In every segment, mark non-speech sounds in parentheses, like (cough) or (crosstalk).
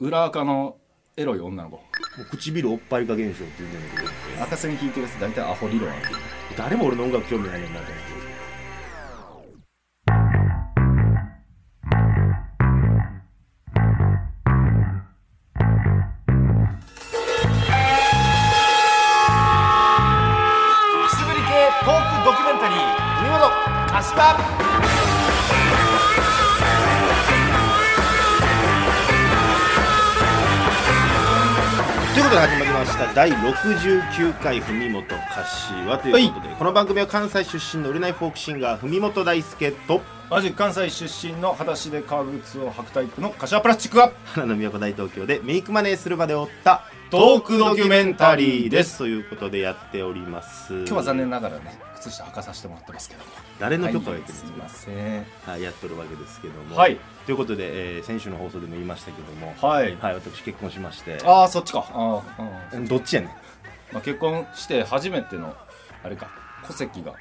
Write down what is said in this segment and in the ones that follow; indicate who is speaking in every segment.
Speaker 1: 裏垢のエロい女の子
Speaker 2: もう唇おっぱい化現象って言うんだけど
Speaker 1: 赤線引いてるやつ大体アホ理論や
Speaker 2: 誰も俺の音楽興味ないねんなと思って
Speaker 3: くすぶり系トークドキュメンタリー見事柏
Speaker 2: ということで始まりました第69回文元柏ということで、この番組は関西出身の売れないフォークシンガー文元大輔と
Speaker 1: マジ関西出身の裸足で革靴を履くタイプの柏プラスチックが
Speaker 2: 花の都大東京でメイクマネーするまで追ったトークドキュメンタリーですということでやっております今
Speaker 1: 今日は残念ながらね靴下履かさせてもらってますけども
Speaker 2: 誰の許可を
Speaker 1: はい
Speaker 2: 得てる
Speaker 1: す
Speaker 2: ん
Speaker 1: い
Speaker 2: で
Speaker 1: ますせん
Speaker 2: か、はい、やってるわけですけども、
Speaker 1: はい
Speaker 2: ということで、えー先週の放送でも言いましたけども
Speaker 1: はい
Speaker 2: はい、私結婚しまして
Speaker 1: ああそっちかあー、うん
Speaker 2: どっちやねん
Speaker 1: まあ、結婚して初めてのあれか戸籍が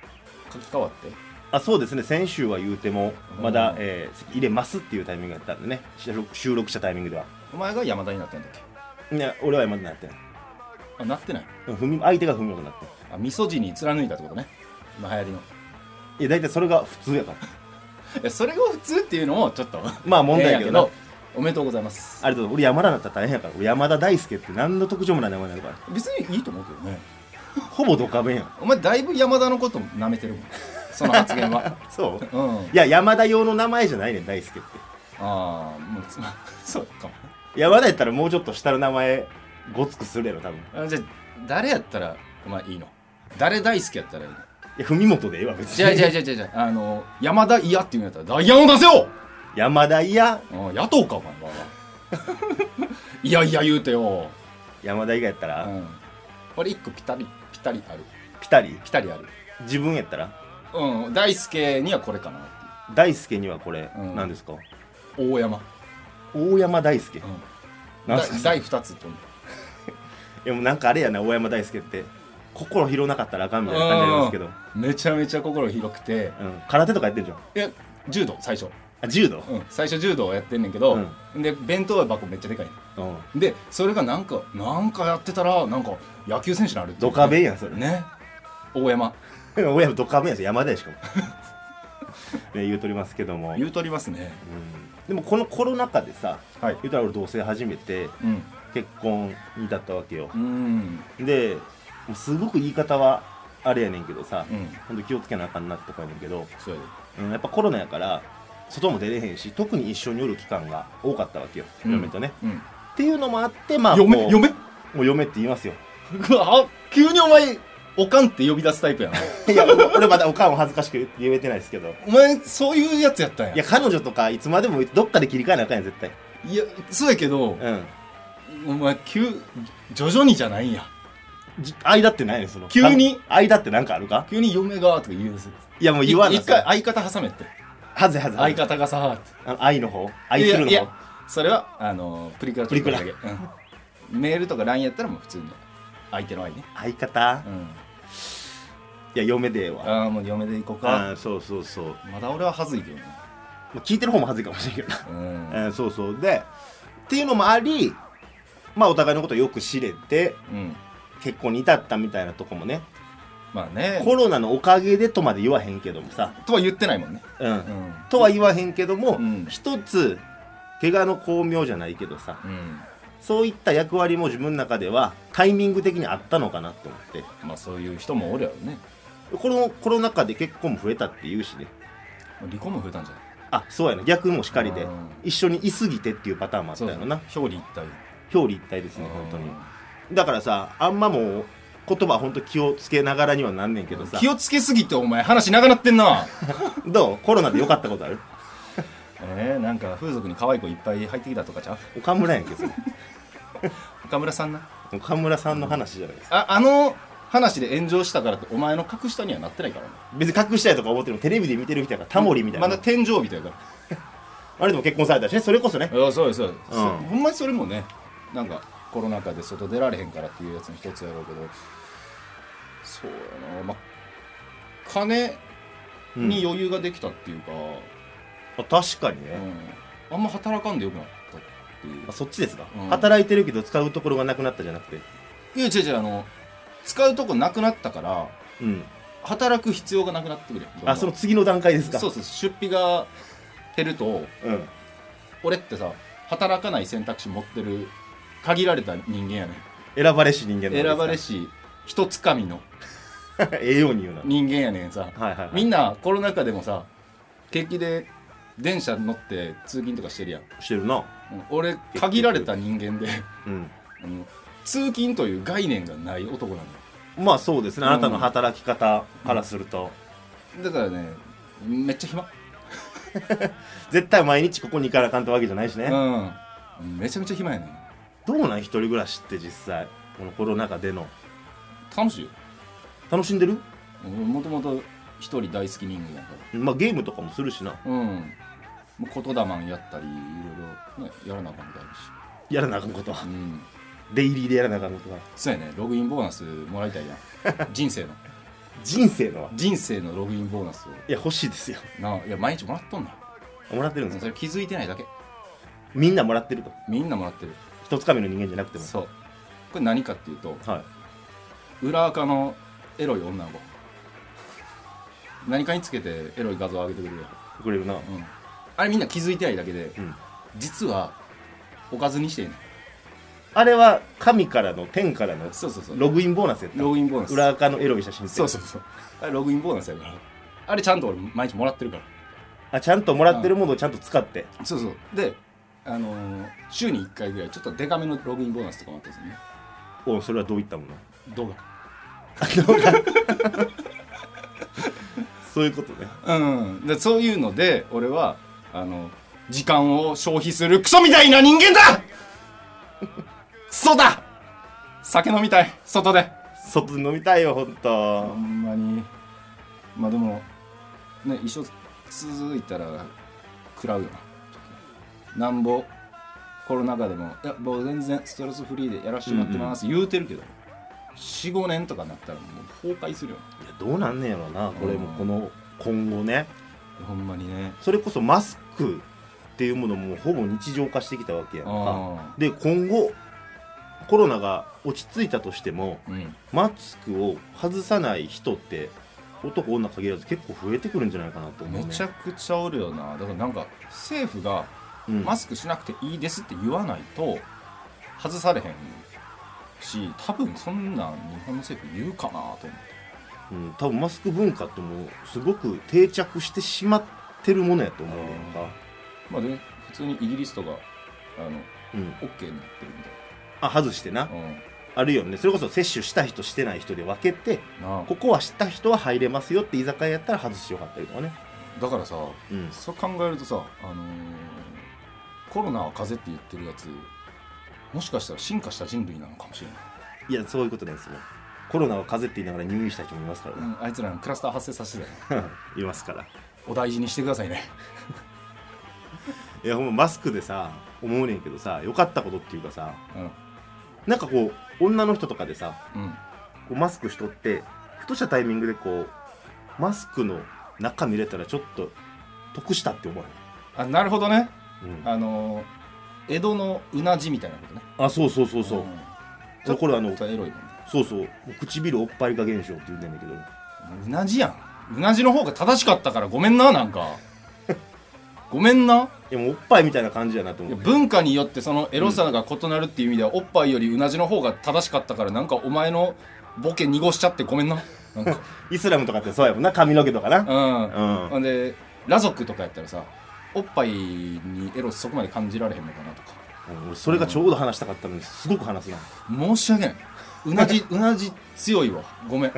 Speaker 1: 書き換わって
Speaker 2: あそうですね先週は言うても
Speaker 1: うん
Speaker 2: まだ、えー入れますっていうタイミングだったんでね収録収録したタイミングでは
Speaker 1: お前が山田になったんだっけ
Speaker 2: いや俺は今までなってない
Speaker 1: あなってない
Speaker 2: 踏み相手が踏みなくなって
Speaker 1: あみそじに貫いたってことね今流行りの
Speaker 2: いや大体それが普通やから
Speaker 1: (laughs) えそれが普通っていうのをちょっと
Speaker 2: まあ問題やけどな
Speaker 1: ええんおめでとうございます
Speaker 2: あれだと俺山田だったら大変やから俺山田大輔って何の特徴もない名前になるか
Speaker 1: 別にいいと思うけどね
Speaker 2: らほぼドカベンやん
Speaker 1: お前だいぶ山田のこと舐めてるもんその発言
Speaker 2: (laughs)
Speaker 1: は
Speaker 2: そう
Speaker 1: うん
Speaker 2: いや山田用の名前じゃないねん大輔って
Speaker 1: ああもうつそうかも
Speaker 2: 山田やったらもうちょっと下の名前ごつくするやろ多分い
Speaker 1: あじゃあ誰やったらお前いいの誰大好きやったらいいの
Speaker 2: や文元でええわ別に
Speaker 1: じゃあじゃあじゃあじゃあじゃああの山田嫌っていうんやったらダイアンを出せよ
Speaker 2: 山田いや
Speaker 1: うん野党かお前はいやいや言うてよ、
Speaker 2: 山田以外やった
Speaker 1: う
Speaker 2: ら、
Speaker 1: ん、俺一個ピタリピタリある
Speaker 2: ピタリ
Speaker 1: ピタリある
Speaker 2: 自分やったら
Speaker 1: うん大輔にはこれかなっていう
Speaker 2: 大輔にはこれ、
Speaker 1: うん
Speaker 2: 何ですか
Speaker 1: 大山、
Speaker 2: 大山大輔
Speaker 1: うん、
Speaker 2: なん
Speaker 1: だ
Speaker 2: すかい
Speaker 1: 第2つと思う
Speaker 2: やもうなんかあれやな大山大輔って心広なかったらあかんみたいな感じなんですけど、
Speaker 1: めちゃめちゃ心広くて
Speaker 2: うん、空手とかやってんじゃん
Speaker 1: え柔道最初、
Speaker 2: あ柔道、
Speaker 1: うん、最初柔道をやってんねんけど、で弁当箱めっちゃでかい
Speaker 2: うん、
Speaker 1: でそれがなんかなんかやってたらなんか野球選手になるっていう
Speaker 2: ドカベンやんそれ
Speaker 1: ね大山
Speaker 2: (laughs) 親もドカベンやし山田やしかも (laughs) ね言うとりますけども、うん
Speaker 1: 言うとりますね
Speaker 2: でもこのコロナ禍でさ
Speaker 1: はい
Speaker 2: 言うたら俺同棲始めて
Speaker 1: うん
Speaker 2: 結婚に至ったわけよ
Speaker 1: う、ん
Speaker 2: でもうすごく言い方はあれやねんけどさ、
Speaker 1: うん
Speaker 2: ほんと気をつけなあかんなってとこやねんけど、
Speaker 1: そうや
Speaker 2: うん、やっぱコロナやから外も出れへんし特に一緒におる期間が多かったわけよ、
Speaker 1: うん
Speaker 2: 嫁とね
Speaker 1: で、うん、
Speaker 2: っていうのもあってまあ
Speaker 1: 嫁
Speaker 2: もう
Speaker 1: 嫁
Speaker 2: もう嫁って言いますよ (laughs)
Speaker 1: うわ (laughs) あ急にお前おかんって呼び出すタイプやな
Speaker 2: いや俺まだおかんを恥ずかしく言えてないですけど
Speaker 1: お前そういうやつやったんや
Speaker 2: いや彼女とかいつまでもどっかで切り替えなあかんやん絶対
Speaker 1: いやそうやけど、
Speaker 2: うん
Speaker 1: お前急徐々にじゃないんや
Speaker 2: じ間ってないねんそ
Speaker 1: (laughs)
Speaker 2: の
Speaker 1: 急に
Speaker 2: あ間ってなんかあるか
Speaker 1: 急に嫁がとか言うんです
Speaker 2: いやもう言わんな
Speaker 1: 一回相方挟めって
Speaker 2: はずはず
Speaker 1: 相方がさって
Speaker 2: あの愛の方愛するの
Speaker 1: いやい
Speaker 2: 方
Speaker 1: やそれはあのプリクラとかだけ、うん、メールとか LINE やったらもう普通に相手の愛ね、
Speaker 2: 相方
Speaker 1: うん、
Speaker 2: いや嫁でええわ
Speaker 1: ああもう嫁で行こうか
Speaker 2: あそうそうそうま
Speaker 1: まだ俺は恥ずいけどね
Speaker 2: あ聞いてる方もはずいかもしれんけどな
Speaker 1: うん、
Speaker 2: うんそうそうでっていうのもありまあお互いのことをよく知れて
Speaker 1: うん、
Speaker 2: 結婚に至ったみたいなとこもね
Speaker 1: まあね
Speaker 2: コロナのおかげでとまで言わへんけどもさ
Speaker 1: とは言ってないもんね
Speaker 2: う
Speaker 1: うんん
Speaker 2: とは言わへんけども
Speaker 1: うん
Speaker 2: 一つ怪我の巧妙じゃないけどさ
Speaker 1: うん
Speaker 2: そういった役割も自分の中ではタイミング的にあったのかなと思って
Speaker 1: まあそういう人もおるやろね
Speaker 2: このコロナ禍で結婚も増えたって言うしね
Speaker 1: 離婚も増えたんじゃない
Speaker 2: あそうやな逆もしかりで
Speaker 1: うん
Speaker 2: 一緒にいすぎてっていうパターンもあった
Speaker 1: そう
Speaker 2: や
Speaker 1: だ
Speaker 2: ろ
Speaker 1: よ
Speaker 2: な
Speaker 1: な表裏一体
Speaker 2: 表裏一体ですね本当にだからさあんまもう言葉本当気をつけながらにはなんねんけど
Speaker 1: うん
Speaker 2: さ
Speaker 1: 気をつけすぎてお前話長なってんな
Speaker 2: どうコロナで良かったことある
Speaker 1: えー、なんか風俗に可愛い子いっぱい入ってきたとかじゃう
Speaker 2: 岡村やんけど
Speaker 1: 岡村さんな
Speaker 2: 岡村さんの話じゃないですか
Speaker 1: ああの話で炎上したからってお前の格下にはなってないからな
Speaker 2: 別に隠したいとか思ってるのテレビで見てる人やからタモリみたいな、
Speaker 1: まだ天井みたいだか
Speaker 2: あれでも結婚されたしねそれこそね
Speaker 1: らいやそうですそうです、
Speaker 2: うん
Speaker 1: ほんまにそれもねなんかコロナ禍で外出られへんからっていうやつの一つやろうけどそうやなまあ金
Speaker 2: うん
Speaker 1: に余裕ができたっていうか、
Speaker 2: あ確かに
Speaker 1: うん
Speaker 2: ね、
Speaker 1: あんま働かんでよくなったってっていう
Speaker 2: あそっちですか、
Speaker 1: うん
Speaker 2: 働いてるけど使うところがなくなったじゃなくて
Speaker 1: いや違う違うあの使うとこなくなったから
Speaker 2: うん
Speaker 1: 働く必要がなくなってくるやんどんどん
Speaker 2: あその次の段階ですか
Speaker 1: そうそう出費が減ると
Speaker 2: うん
Speaker 1: 俺ってさ働かない選択肢持ってる限られた人間やね
Speaker 2: 選ばれし人間なん
Speaker 1: ん
Speaker 2: ですか
Speaker 1: 選ばれし一つかみの
Speaker 2: (laughs) ええように言うな
Speaker 1: 人間やねんさ
Speaker 2: はいはい、はい、
Speaker 1: みんなコロナ禍でもさ景気で電車乗って通勤とかしてるやん
Speaker 2: してるな
Speaker 1: うん俺限られた人間
Speaker 2: (laughs)
Speaker 1: で
Speaker 2: うん
Speaker 1: あの通勤という概念がない男なのよ
Speaker 2: まあそうですね
Speaker 1: うん
Speaker 2: あなたの働き方からすると、
Speaker 1: だからねめっちゃ暇
Speaker 2: 絶対毎日ここに行かなあかんってわけじゃないしね、
Speaker 1: うんめちゃめちゃ暇やねん
Speaker 2: どうなん一人暮らしって実際このコロナ禍での
Speaker 1: 楽しいよ
Speaker 2: 楽しんでる、
Speaker 1: 俺もともと一人大好き人間やか
Speaker 2: まあ、ゲームとかもするしな
Speaker 1: らうんもう言霊やったりいろいろねやらなあかんことあるし
Speaker 2: やらなあかんことは
Speaker 1: うん
Speaker 2: デイリーでやらなあかんことは
Speaker 1: そうやねログインボーナスもらいたいやん人生 (laughs) の
Speaker 2: 人生のは
Speaker 1: 人生のログインボーナスを
Speaker 2: いや欲しいですよ
Speaker 1: なあいや毎日もらっとんねん
Speaker 2: もらってるんです
Speaker 1: そ
Speaker 2: か
Speaker 1: れ気づいてないだけ
Speaker 2: みんなもらってると
Speaker 1: みんなもらってる
Speaker 2: 一つかみの人間じゃなくても
Speaker 1: そうこれ何かっていうと
Speaker 2: はい
Speaker 1: 裏垢のエロい女の子何かにつけてエロい画像を上げてくれるやん、
Speaker 2: くれるな、うん
Speaker 1: うん、あれみんな気づいてないだけで実はおかずにしてんねん
Speaker 2: あれは神からの天からの
Speaker 1: そうそうそう
Speaker 2: ログインボーナスやった
Speaker 1: ログインボーナス
Speaker 2: 裏垢のエロい写真って
Speaker 1: そうそうそうあれログインボーナスやからあれちゃんと俺毎日もらってるか
Speaker 2: あちゃんともらってるものをちゃんと使って、
Speaker 1: らそうそうであのー週に1回ぐらいちょっとデカめのログインボーナスとかもあったんですよね
Speaker 2: おそれはどういったも
Speaker 1: (laughs)
Speaker 2: の
Speaker 1: 動画
Speaker 2: そういうことね
Speaker 1: うんでそういうので俺はあの時間を消費するクソみたいな人間 (laughs) だクソだ酒飲みたい外で
Speaker 2: 外で飲みたいよほん
Speaker 1: ほ
Speaker 2: と
Speaker 1: んまにまあでもね一生続いたら食らうよななんぼコロナ禍でも「いや僕全然ストレスフリーでやらせてもらってます」言うてるけど45年とかなったらもう崩壊するよ
Speaker 2: いやどうなんねやろなこれもこの今後ね
Speaker 1: ほんまにね
Speaker 2: それこそマスクっていうものもほぼ日常化してきたわけやんか
Speaker 1: あ
Speaker 2: で今後コロナが落ち着いたとしても
Speaker 1: あうん
Speaker 2: マスクを外さない人って男女限らず結構増えてくるんじゃないかなと思う、
Speaker 1: め
Speaker 2: ね、
Speaker 1: ちゃくちゃおるよなだからなんか政府が
Speaker 2: うん
Speaker 1: マスクしなくていいですって言わないと外されへんし多分そんなん日本の政府言うかなと思って
Speaker 2: うん、多分マスク文化ってもうすごく定着してしまってるものやと思うねんか、
Speaker 1: まあで普通にイギリスとかあの
Speaker 2: う
Speaker 1: OK
Speaker 2: ん、
Speaker 1: になってるみ
Speaker 2: あ外してな
Speaker 1: たいな、うん、
Speaker 2: あるよねそれこそ接種した人してない人で分けて
Speaker 1: なあ
Speaker 2: ここはした人は入れますよって居酒屋やったら外しよかったりとかね、
Speaker 1: だからさ
Speaker 2: うん、
Speaker 1: そう考えるとさ、あのーコロナは風邪って言ってるやつもしかしたら進化した人類なのかもしれない、
Speaker 2: いやそういうことなんですよコロナは風邪って言いながら入院した人もいますから
Speaker 1: う
Speaker 2: ね、
Speaker 1: ん、あいつらのクラスター発生させてたよ
Speaker 2: (laughs) いますから
Speaker 1: お大事にしてくださいね
Speaker 2: いやほんまマスクでさ思うねんけどさ良かったことっていうかさ
Speaker 1: うん
Speaker 2: なんかこう女の人とかでさ
Speaker 1: うん
Speaker 2: こうマスクしとってふとしたタイミングでこうマスクの中見れたらちょっと得したって思わ
Speaker 1: あなるほどね
Speaker 2: へん、うん、あ
Speaker 1: あのー江戸のうなじみたいなことね
Speaker 2: そうそうそうそう、
Speaker 1: ん
Speaker 2: 俺これあの
Speaker 1: ちょっとエロいもんね
Speaker 2: そうそうもう唇おっぱい化現象って言うてんだけど
Speaker 1: うなじやんうなじの方が正しかったからごめんななんかごめんない
Speaker 2: やもうおっぱいみたいな感じやなと
Speaker 1: いや
Speaker 2: 思う
Speaker 1: 文化によってそのエロさが異なるっていう意味では、おっぱいよりうなじの方が正しかったからなんかお前のボケ濁しちゃってごめんななんか
Speaker 2: イスラムとかってそうやもんな髪の毛とかな
Speaker 1: う
Speaker 2: うん
Speaker 1: ん、ほん、で裸族とかやったらさおっぱいにエロそこまで感じられへんのかなとか
Speaker 2: うん俺それがちょうど話したかったのにすごく話すな
Speaker 1: 申し訳ないうなじうなじ強いわごめん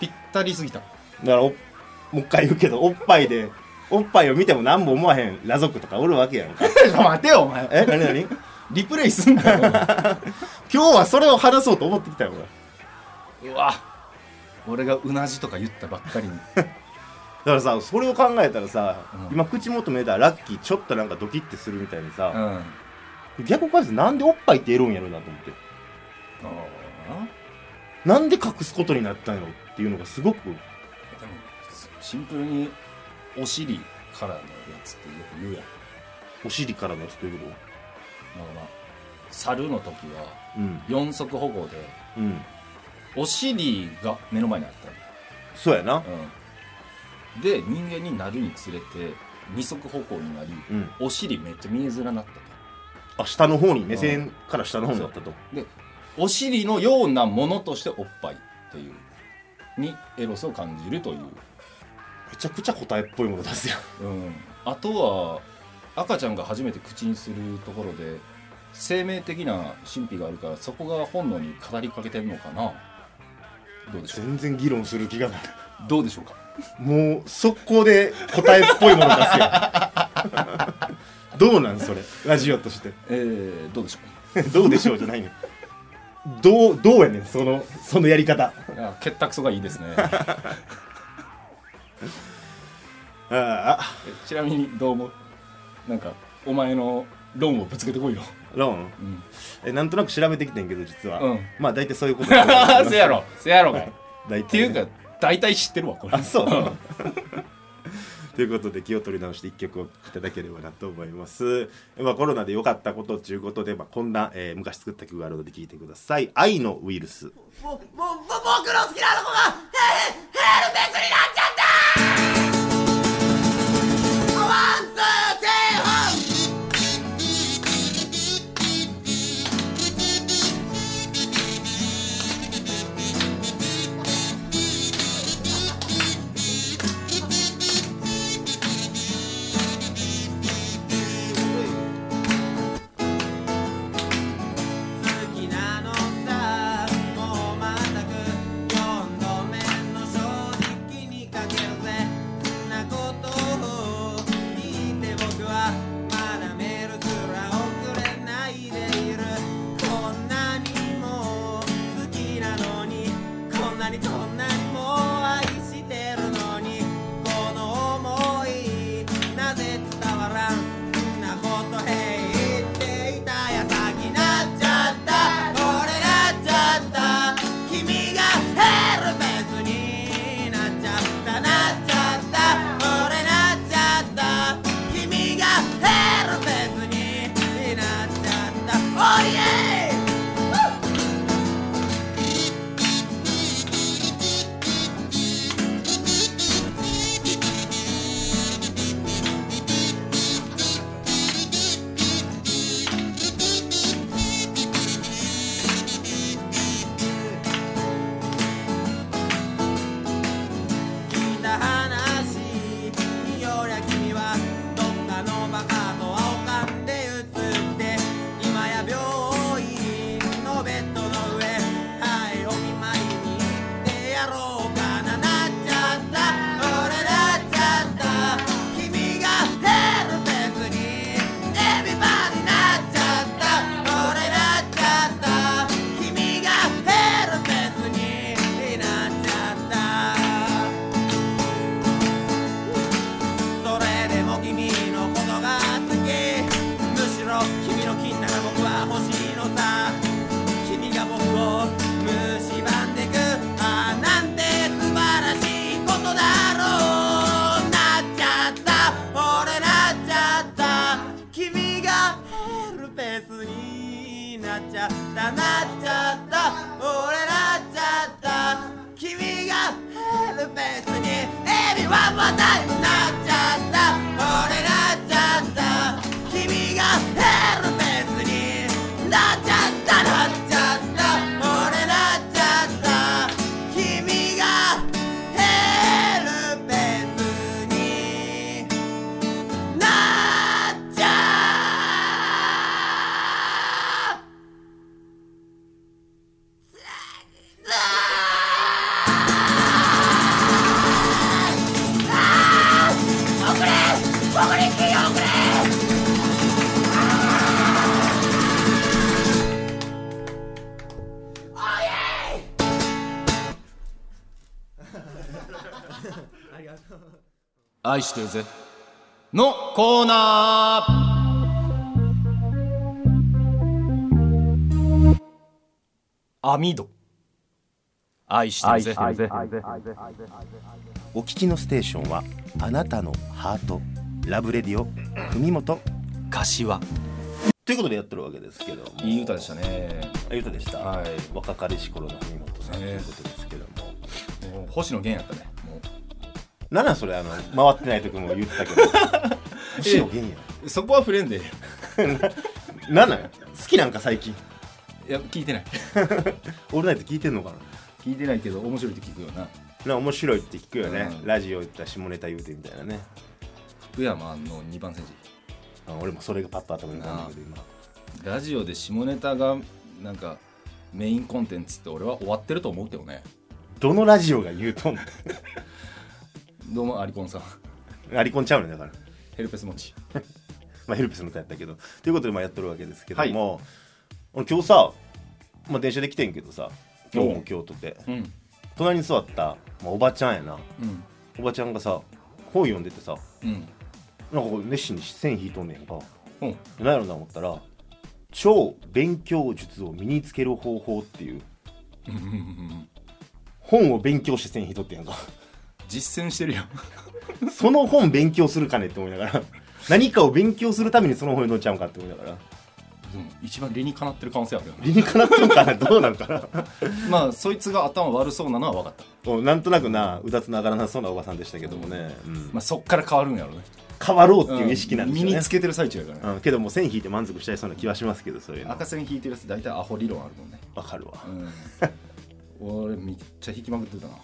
Speaker 1: ぴったりすぎた
Speaker 2: だからおもう一回言うけどおっぱいでおっぱいを見ても何も思わへん裸族とかおるわけやんか
Speaker 1: 待てよお前
Speaker 2: え何何
Speaker 1: リプレイすんだよ
Speaker 2: 今日はそれを話そうと思ってきたよ俺
Speaker 1: お前うわ俺がうなじとか言ったばっかりに
Speaker 2: だからさそれを考えたらさ、
Speaker 1: うん
Speaker 2: 今口元見えたらラッキーちょっとなんかドキッてするみたいに
Speaker 1: うん
Speaker 2: さ、
Speaker 1: あ
Speaker 2: 逆に返すとなんでおっぱいってエロいんやろなと思って
Speaker 1: あ
Speaker 2: なんで隠すことになったんやろっていうのがすごく
Speaker 1: でもシンプルにお尻からのやつってよく言うやん
Speaker 2: お尻からのやつというこ
Speaker 1: だから猿の時は
Speaker 2: うん
Speaker 1: 四足歩行で
Speaker 2: うん
Speaker 1: お尻が目の前にあったわ
Speaker 2: そうやな
Speaker 1: け、うん、で人間になるにつれて二足歩行になり
Speaker 2: うん
Speaker 1: お尻めっちゃ見えづらなったと
Speaker 2: あ下の方に目線から下の方になったと
Speaker 1: でお尻のようなものとしておっぱいっていうにエロスを感じるという、
Speaker 2: めちゃくちゃ答えっぽいもの出すやん
Speaker 1: うん、あとは赤ちゃんが初めて口にするところで生命的な神秘があるからそこが本能に語りかけてるのかなどうでしょう
Speaker 2: 全然議論する気がない
Speaker 1: どうでしょうか
Speaker 2: もう速攻で答えっぽいもの出すやん (laughs) どうなんそれラジオとして (laughs)
Speaker 1: えー、どうでしょう
Speaker 2: どうでしょうじゃないのどうどうやねんそのそのやり方
Speaker 1: いや結託そがいいですね
Speaker 2: ああ
Speaker 1: えちなみにどうもなんかお前の論をぶつけてこいよ、
Speaker 2: ローン
Speaker 1: うん、
Speaker 2: えなんとなく調べてきてんけど実は、
Speaker 1: うん
Speaker 2: まあ大体そういうこと
Speaker 1: (laughs) (laughs) せやろせやろかいっ
Speaker 2: 大体ね
Speaker 1: ていうか大体知ってるわこれ
Speaker 2: あそう (laughs) ということで気を取り直して1曲をいただければなと思います、まあ、コロナで良かったことということで、まあ、こんな、えー昔作った曲があるので聴いてください「愛のウイルス
Speaker 4: もう、もう、もう僕の好きなあの子が、ヘル、ヘルメスになっちゃったワン、ツー、スリー、フォン好きなのさ、もう全く4度目の正直にかけるぜそんなことを聞いて僕はまだメールすら送れないでいるこんなにも好きなのにこんなにこんなにも愛してるのにこの想いなぜ伝わらんそんなことへ言っていた矢先なっちゃったこれなっちゃった君がヘルペスになっちゃったなっちゃったこれなっちゃった君がヘルペスになっちゃったおいえ聞いた話によりゃ君はどっかのバカとは浮かんで映って今や病院のベッドの上はいお見舞いに行ってやろうかななっちゃった俺なっちゃった君がヘルペスにエビバディなっちゃった俺なっちゃった君がヘルペスになっちゃったそれでも君のことが好きむしろ君の金なら僕は欲しいのさ君が僕を蝕んでくああなんて素晴らしいことだろうなっちゃった俺なっちゃった君がヘルペスになっちゃったなっちゃった俺なっちゃった君がヘルペスにエビワンワタイムなっちゃった俺なっちゃった君がヘルペスになっちゃったなっちゃった俺なっちゃった君がヘルペスになっちゃう遅れ僕に気を遅れ
Speaker 1: 愛してるぜのコーナー網戸愛してるぜ
Speaker 2: お聞きのステーションはあなたのハートラブレディオ文元
Speaker 1: 柏
Speaker 2: とということでやってるわけですけども
Speaker 1: いい歌でしたね
Speaker 2: あいい歌でした、
Speaker 1: はい
Speaker 2: 若かりし頃の文本さんとい
Speaker 1: ね
Speaker 2: うことですけども、
Speaker 1: もう星野源やったねも
Speaker 2: なんなんそれあの回ってない時も言ってたけど
Speaker 1: (laughs)
Speaker 2: 星野源
Speaker 1: うそこは触れんでいいよ
Speaker 2: やなんなん好きなんか最近
Speaker 1: いや聞いてない
Speaker 2: オールナイト聞いてんのかな
Speaker 1: 聞いてないけど面白いって聞くよな
Speaker 2: な面白いって聞くよね、
Speaker 1: うん
Speaker 2: ラジオ行ったら下ネタ言うてみたいなね
Speaker 1: 福山の2番選手
Speaker 2: あ俺もそれがパッと頭に浮かんだけど今
Speaker 1: ラジオで下ネタがなんかメインコンテンツって俺は終わってると思うけどね
Speaker 2: どのラジオが言う (laughs) とんの
Speaker 1: どうもアリコンさん
Speaker 2: アリコンちゃうねんだから、
Speaker 1: ヘルペス持ち
Speaker 2: まあ、ヘルプスの歌やったけどということでまあやっとるわけですけども、俺今日さ、まあ、電車で来てんけどさ今日も京都で
Speaker 1: うん
Speaker 2: 隣に座った、まあ、おばちゃんやな
Speaker 1: うん
Speaker 2: おばちゃんがさ本読んでてさ
Speaker 1: うん
Speaker 2: なんかこう熱心に線引いとんねやんか
Speaker 1: うん
Speaker 2: 何やろな思ったら超勉強術を身につける方法っていう
Speaker 1: うんうんうんうん
Speaker 2: 本を勉強して線引いとってやんか
Speaker 1: 実践してるよ
Speaker 2: その本勉強するかねって思いながら何かを勉強するためにその本読んちゃうんかって思いながら
Speaker 1: でも一番理にかなってる可能性あるよね
Speaker 2: 理にかなってんかなどうなんかな
Speaker 1: まあそいつが頭悪そうなのは分かった、
Speaker 2: もうなんとなくなうだつながらなそうなおばさんでしたけどもね、うん
Speaker 1: まあ、そっから変わるんやろうね
Speaker 2: 変わろうっていう意識なんですよ
Speaker 1: 身
Speaker 2: ね、
Speaker 1: につけてる最中やからね、
Speaker 2: うんけどもう線引いて満足しちゃいそうな気はしますけどそういうの
Speaker 1: 赤線引いてるやつ大体アホ理論あるもんね
Speaker 2: わかるわ、 (laughs)
Speaker 1: うん俺めっちゃ引きまくってたな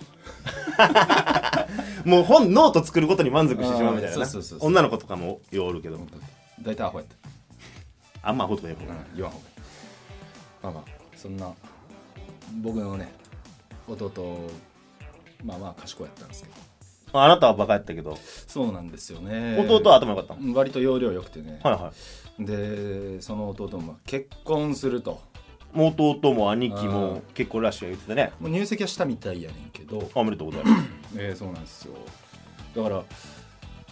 Speaker 2: もう本ノート作ることに満足してしまうみたいな
Speaker 1: あー
Speaker 2: な
Speaker 1: そうそうそうそう
Speaker 2: 女の子とかもようおるけども
Speaker 1: 大体アホやった
Speaker 2: あんまほとんどやから
Speaker 1: 言わんほうがいいまあまあそんな僕のね弟まあまあ賢いやったんですけど
Speaker 2: あなたはバカやったけど、
Speaker 1: そうなんですよね
Speaker 2: 弟は頭良かったの、
Speaker 1: 割と容量良くてね、
Speaker 2: はいは
Speaker 1: でその弟も結婚すると
Speaker 2: いもう弟も兄貴
Speaker 1: あー
Speaker 2: も結婚ラッシュや言ってたね
Speaker 1: もう入籍はしたみたいやねんけど
Speaker 2: おめでとうございます
Speaker 1: えーそうなんですよだから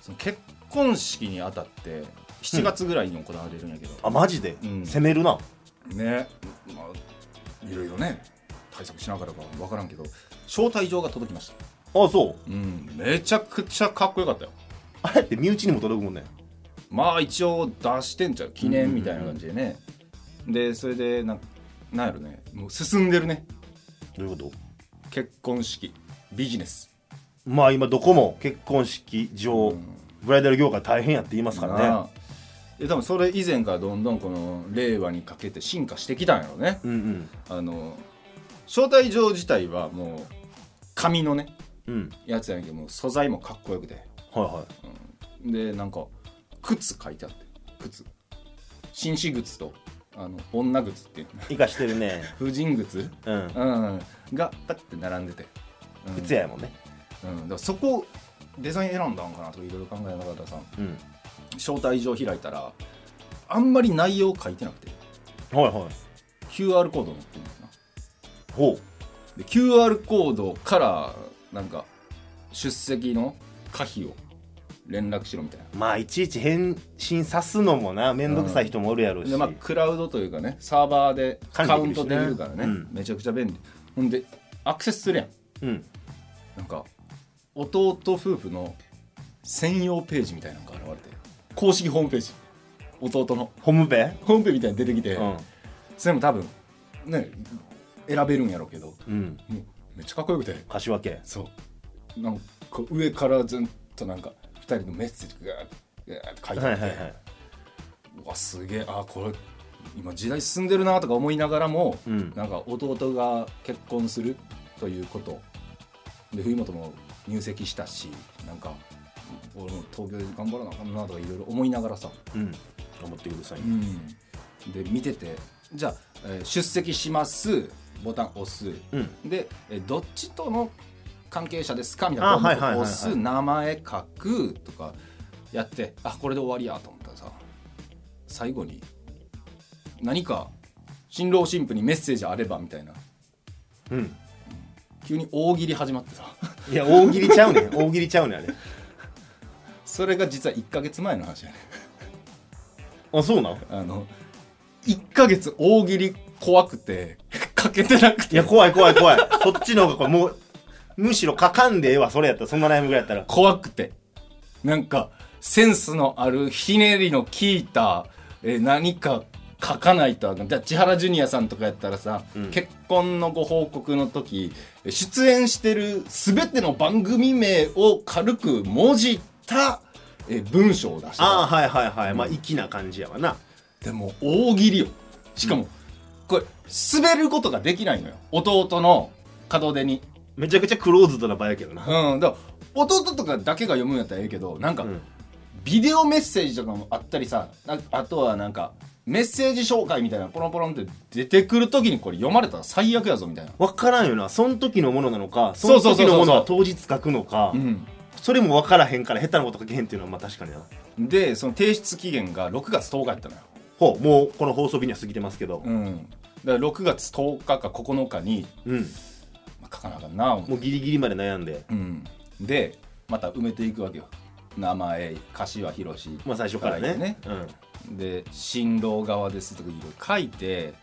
Speaker 1: その結婚式にあたって7月ぐらいに行われるんやけど、
Speaker 2: あマジで、
Speaker 1: うん
Speaker 2: 攻めるな
Speaker 1: ねまあいろいろね対策しながらか分からんけど招待状が届きました
Speaker 2: あそう
Speaker 1: うんめちゃくちゃかっこよかったよ
Speaker 2: あれって身内にも届くもんね
Speaker 1: まあ一応出してんちゃう記念みたいな感じでね、でそれでなんなんやろねもう進んでるね
Speaker 2: どういうこと
Speaker 1: 結婚式ビジネス
Speaker 2: まあ今どこも結婚式場、
Speaker 1: うん
Speaker 2: ブライダル業界大変やって言いますからね
Speaker 1: ねえ多分それ以前からどんどんこの令和にかけて進化してきたんやろね
Speaker 2: うんうん
Speaker 1: あの招待状自体はもう紙のね
Speaker 2: うん
Speaker 1: やつやねんけどもう素材もかっこよくて
Speaker 2: はいはい
Speaker 1: でなんか靴書いてあって靴紳士靴とあの女靴っていうの
Speaker 2: 生かしてるね
Speaker 1: 婦人
Speaker 2: (laughs)
Speaker 1: 靴、
Speaker 2: うん
Speaker 1: うん、がパッて並んでて、うん
Speaker 2: 靴屋やもんね
Speaker 1: うん、だからそこデザイン選んだんかなとかいろいろ考えながらさ
Speaker 2: うん
Speaker 1: 招待状開いたらあんまり内容書いてなくて
Speaker 2: はいはい
Speaker 1: QR コード載ってるんだよな
Speaker 2: ほ
Speaker 1: で QR コードからなんか出席の可否を連絡しろみたいな
Speaker 2: うまあいちいち返信さすのもな面倒くさい人もおるやろうし、
Speaker 1: でまあクラウドというかねサーバーで
Speaker 2: 管
Speaker 1: カウ
Speaker 2: 理
Speaker 1: ン
Speaker 2: でき
Speaker 1: ト
Speaker 2: るし
Speaker 1: で
Speaker 2: ね
Speaker 1: きるからね
Speaker 2: うん
Speaker 1: めちゃくちゃ便利ほんでアクセスするやん
Speaker 2: うん
Speaker 1: なんか弟夫婦の専用ページみたいなのが現れて公式ホームページ弟の
Speaker 2: ホームペ
Speaker 1: ホームページみたいに出てきて、
Speaker 2: うん
Speaker 1: それも多分ね選べるんやろうけども
Speaker 2: うん
Speaker 1: うめっちゃかっこよくて
Speaker 2: 柏家
Speaker 1: そうなんか上からずっとなんか2人のメッセージがガーッて書いて
Speaker 2: は
Speaker 1: あ
Speaker 2: い
Speaker 1: って、
Speaker 2: はいはいう
Speaker 1: わすげえあこれ今時代進んでるなとか思いながらも、
Speaker 2: うん
Speaker 1: なんか弟が結婚するということで冬本も入籍したしなんか俺も東京で頑張らなあかんなとかいろいろ思いながらさ、
Speaker 2: うん頑張ってください、
Speaker 1: で見ててじゃあ、えー出席しますボタン押す、
Speaker 2: うん
Speaker 1: で、えーどっちとの関係者ですかみたいな
Speaker 2: あはいはいはいはい
Speaker 1: 押す名前書くとかやってあこれで終わりやと思ったらさ最後に何か新郎新婦にメッセージあればみたいな
Speaker 2: うん、
Speaker 1: 急に大喜利始まってさ (laughs)
Speaker 2: いや大喜利ちゃうねん (laughs) 大喜利ちゃうねんあれ
Speaker 1: それが実は1ヶ月前の話やね
Speaker 2: あそうなん
Speaker 1: あの1ヶ月大喜利怖くて (laughs) 書けてなく
Speaker 2: い
Speaker 1: て
Speaker 2: や怖い怖い怖いそっちの方がこれもうむしろ書かんでええわそれやったらそんな悩みぐらいやったら
Speaker 1: 怖くてなんかセンスのあるひねりの効いた、えー何か書かないとあかんだから千原ジュニアさんとかやったらさ、
Speaker 2: うん
Speaker 1: 結婚のご報告の時出演してる全ての番組名を軽く文字ったえ文章を出してた
Speaker 2: ああはいはいはい、まあ粋な感じやわな
Speaker 1: でも大喜利よしかも、これ滑ることができないのよ弟の門出に
Speaker 2: めちゃくちゃクローズドな場やけどな、
Speaker 1: うんだから弟とかだけが読むんやったらええけどなんか、
Speaker 2: うん
Speaker 1: ビデオメッセージとかもあったりさなあとはなんかメッセージ紹介みたいなポロンポロンって出てくる時にこれ読まれたら最悪やぞみたいな
Speaker 2: 分からんよなその時のものなのかそ
Speaker 1: そ
Speaker 2: の
Speaker 1: うそうそうそう
Speaker 2: 時のものは当日書くのか
Speaker 1: うん
Speaker 2: それも分からへんから下手なこと書けへんっていうのはまあ確かにな
Speaker 1: でその提出期限が6月10日やったのよ
Speaker 2: ほうもうこの放送日には過ぎてますけど
Speaker 1: うんだから6月10日か9日に、
Speaker 2: うん、
Speaker 1: まあ書かなあかんな思って
Speaker 2: もうギリギリまで悩んで
Speaker 1: うん、でまた埋めていくわけよ名前柏博士
Speaker 2: まあ最初からねうん、
Speaker 1: で新郎側ですとかいろいろ書いて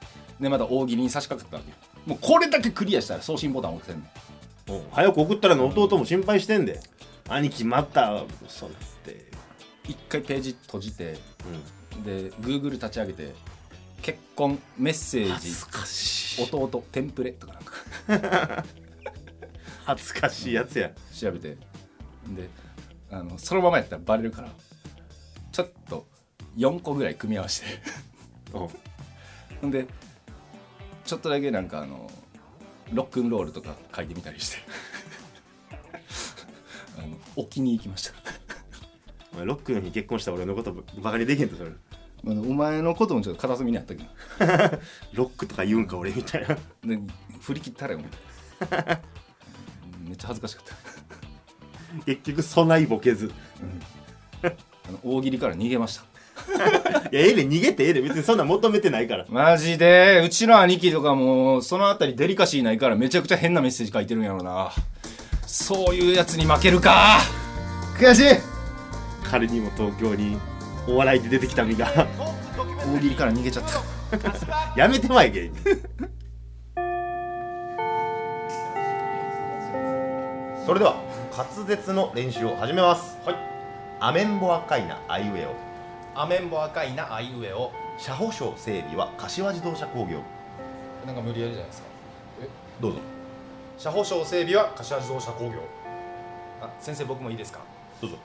Speaker 1: でまた大喜利に差し掛かったわけよもうこれだけクリアしたら送信ボタン押せんねん
Speaker 2: お早く送ったらの弟も心配してんで兄貴またそうって、
Speaker 1: 一回ページ閉じて
Speaker 2: うん、
Speaker 1: で Google 立ち上げて結婚メッセージ
Speaker 2: かし
Speaker 1: 弟テンプレとかなん (laughs) か
Speaker 2: 恥ずかしいやつや
Speaker 1: 調べてであのそのままやったらバレるからちょっと4個ぐらい組み合わせて
Speaker 2: お
Speaker 1: ほんでちょっとだけなんかあのロックンロールとか書いてみたりして (laughs) あの置きに行きました
Speaker 2: 前ロックの日に結婚した俺のことバカにできへんとそれ
Speaker 1: お前のこともちょっと片隅にあったけど
Speaker 2: ロックとか言うんか俺みたいな (laughs)
Speaker 1: で振り切ったらよみたいなめっちゃ恥ずかしかった
Speaker 2: 結局備えボケずい
Speaker 1: あの大喜利から逃げました
Speaker 2: やええで逃げてええで別にそんなん求めてないから
Speaker 1: マジでうちの兄貴とかもそのあたりデリカシーないからめちゃくちゃ変なメッセージ書いてるんやろなそういうやつに負けるか悔しい
Speaker 2: 彼にも東京にお笑いで出てきた身が (laughs)
Speaker 1: 大喜利から逃げちゃった
Speaker 2: やめてまいげ (laughs) それでは滑舌の練習を始めますはいアメンボ赤いなアイウェオ
Speaker 3: アメンボ赤いなあいうえを
Speaker 2: 車保証整備は柏自動車工業
Speaker 3: なんか無理やりじゃないですか
Speaker 2: どうぞ
Speaker 3: 車保証整備は柏自動車工業あ先生僕もいいですか
Speaker 2: どうぞ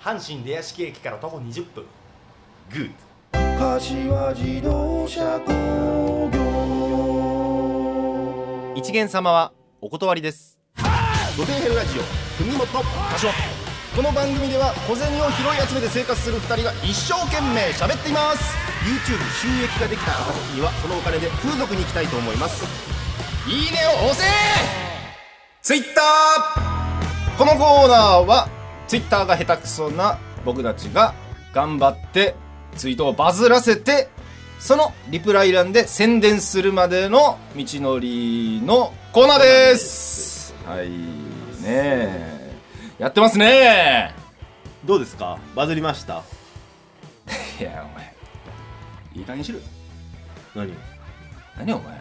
Speaker 3: 阪神出屋敷駅から徒歩20分
Speaker 2: グッ
Speaker 3: 一元様はお断りです
Speaker 2: ドテンヘルラジオ国本
Speaker 3: この番組では小銭を拾い集めて生活する2人が一生懸命喋っています
Speaker 2: YouTube 収益ができた暁にはそのお金で風俗に行きたいと思います
Speaker 3: いいねを押せ Twitter このコーナーは
Speaker 1: Twitter が下手くそな僕たちが頑張ってツイートをバズらせてそのリプライ欄で宣伝するまでの道のりのコーナーですはいねえやってますね
Speaker 2: どうですかバズりました
Speaker 1: いやお前いい加減にしろよ
Speaker 2: 何
Speaker 1: 何お前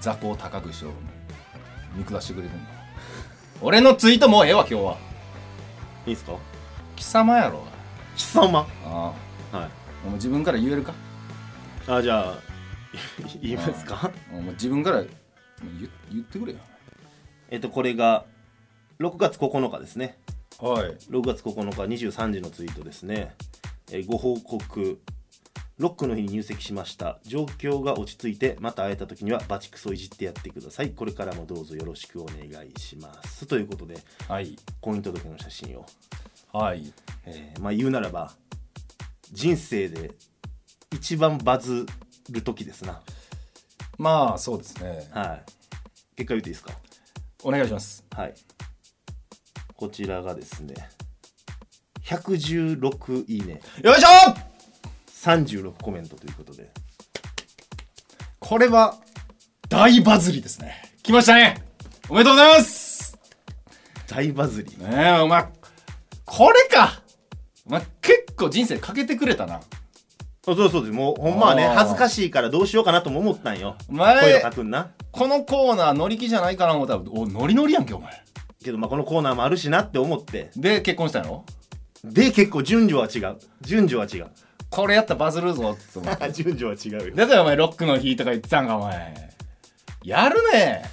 Speaker 1: 雑魚を高くしよう見下してくれてんの俺のツイートもうええわ今日はい
Speaker 2: いですか
Speaker 1: 貴様やろ
Speaker 2: 貴様
Speaker 1: ああ
Speaker 2: はい
Speaker 1: お前自分から言えるか
Speaker 2: あじゃあ (laughs) 言いますか
Speaker 1: お前自分から言言ってくれよ
Speaker 2: えっとこれが6月9日ですね
Speaker 1: はい
Speaker 2: 6月9日23時のツイートですね、えーご報告ロックの日に入籍しました状況が落ち着いてまた会えた時にはバチクソいじってやってくださいこれからもどうぞよろしくお願いしますということで
Speaker 1: はい
Speaker 2: 婚姻届の写真を、
Speaker 1: はい
Speaker 2: えーまあ言うならば人生で一番バズる時ですな
Speaker 1: まあそうですね
Speaker 2: はい結果言っていいですか
Speaker 1: お願いします
Speaker 2: はいこちらがですね116いいね
Speaker 1: よいしょ
Speaker 2: 36コメントということで
Speaker 1: これは大バズりですね来ましたねおめでとうございます
Speaker 2: 大バズり
Speaker 1: ねえお前これかお前結構人生かけてくれたな
Speaker 2: あそうそうですもうほんまはね
Speaker 1: あー
Speaker 2: 恥ずかしいからどうしようかなとも思ったんよ
Speaker 1: 前
Speaker 2: 声を書くんな
Speaker 1: このコーナー乗り気じゃないかな思ったらおノリノリやんけお前
Speaker 2: けどまあこのコーナーもあるしなって思って
Speaker 1: で結婚したの (laughs)
Speaker 2: で結構順序は違う順序は違う
Speaker 1: これやったらバズるぞって思って
Speaker 2: あ順序は違うよ
Speaker 1: だからお前ロックの日とか言ってたんかお前やるね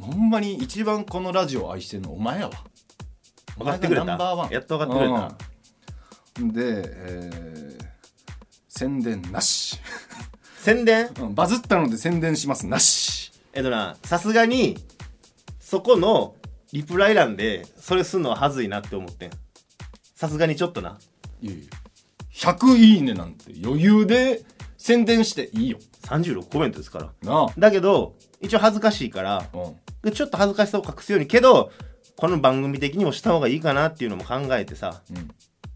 Speaker 1: ほんまに一番このラジオを愛してるのお前やわ
Speaker 2: 分かってくれ
Speaker 1: お前がナ
Speaker 2: た
Speaker 1: ンバーワン
Speaker 2: やっと分かってくれた
Speaker 1: うんで、えー宣伝なし (laughs)
Speaker 2: 宣伝
Speaker 1: うんバズったので宣伝しますなし
Speaker 2: えっとなさすがにそこのリプライ欄でそれすんのははずいなって思ってんさすがにちょっとない
Speaker 1: やいや100いいねなんて余裕で宣伝していいよ
Speaker 2: 36コメントですから
Speaker 1: な
Speaker 2: だけど一応恥ずかしいから
Speaker 1: あ、うん、
Speaker 2: ちょっと恥ずかしさを隠すようにけどこの番組的にもした方がいいかなっていうのも考えてさ
Speaker 1: うん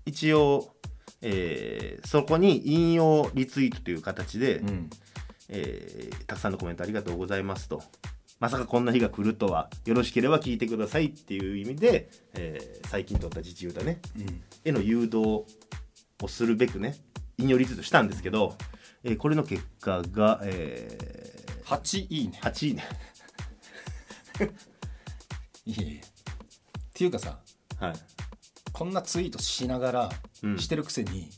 Speaker 2: 一応、えーそこに引用リツイートという形で、
Speaker 1: うん
Speaker 2: えーたくさんのコメントありがとうございますと。まさかこんな日が来るとは、よろしければ聞いてくださいっていう意味で、えー最近撮った自治歌ね、
Speaker 1: うん
Speaker 2: への誘導をするべくね、引用リツイートしたんですけど、えーこれの結果が、え
Speaker 1: 8いいね
Speaker 2: ー8位ね。
Speaker 1: いやいやっていうかさ
Speaker 2: はい。
Speaker 1: こんなツイートしながら
Speaker 2: うん
Speaker 1: してるくせに、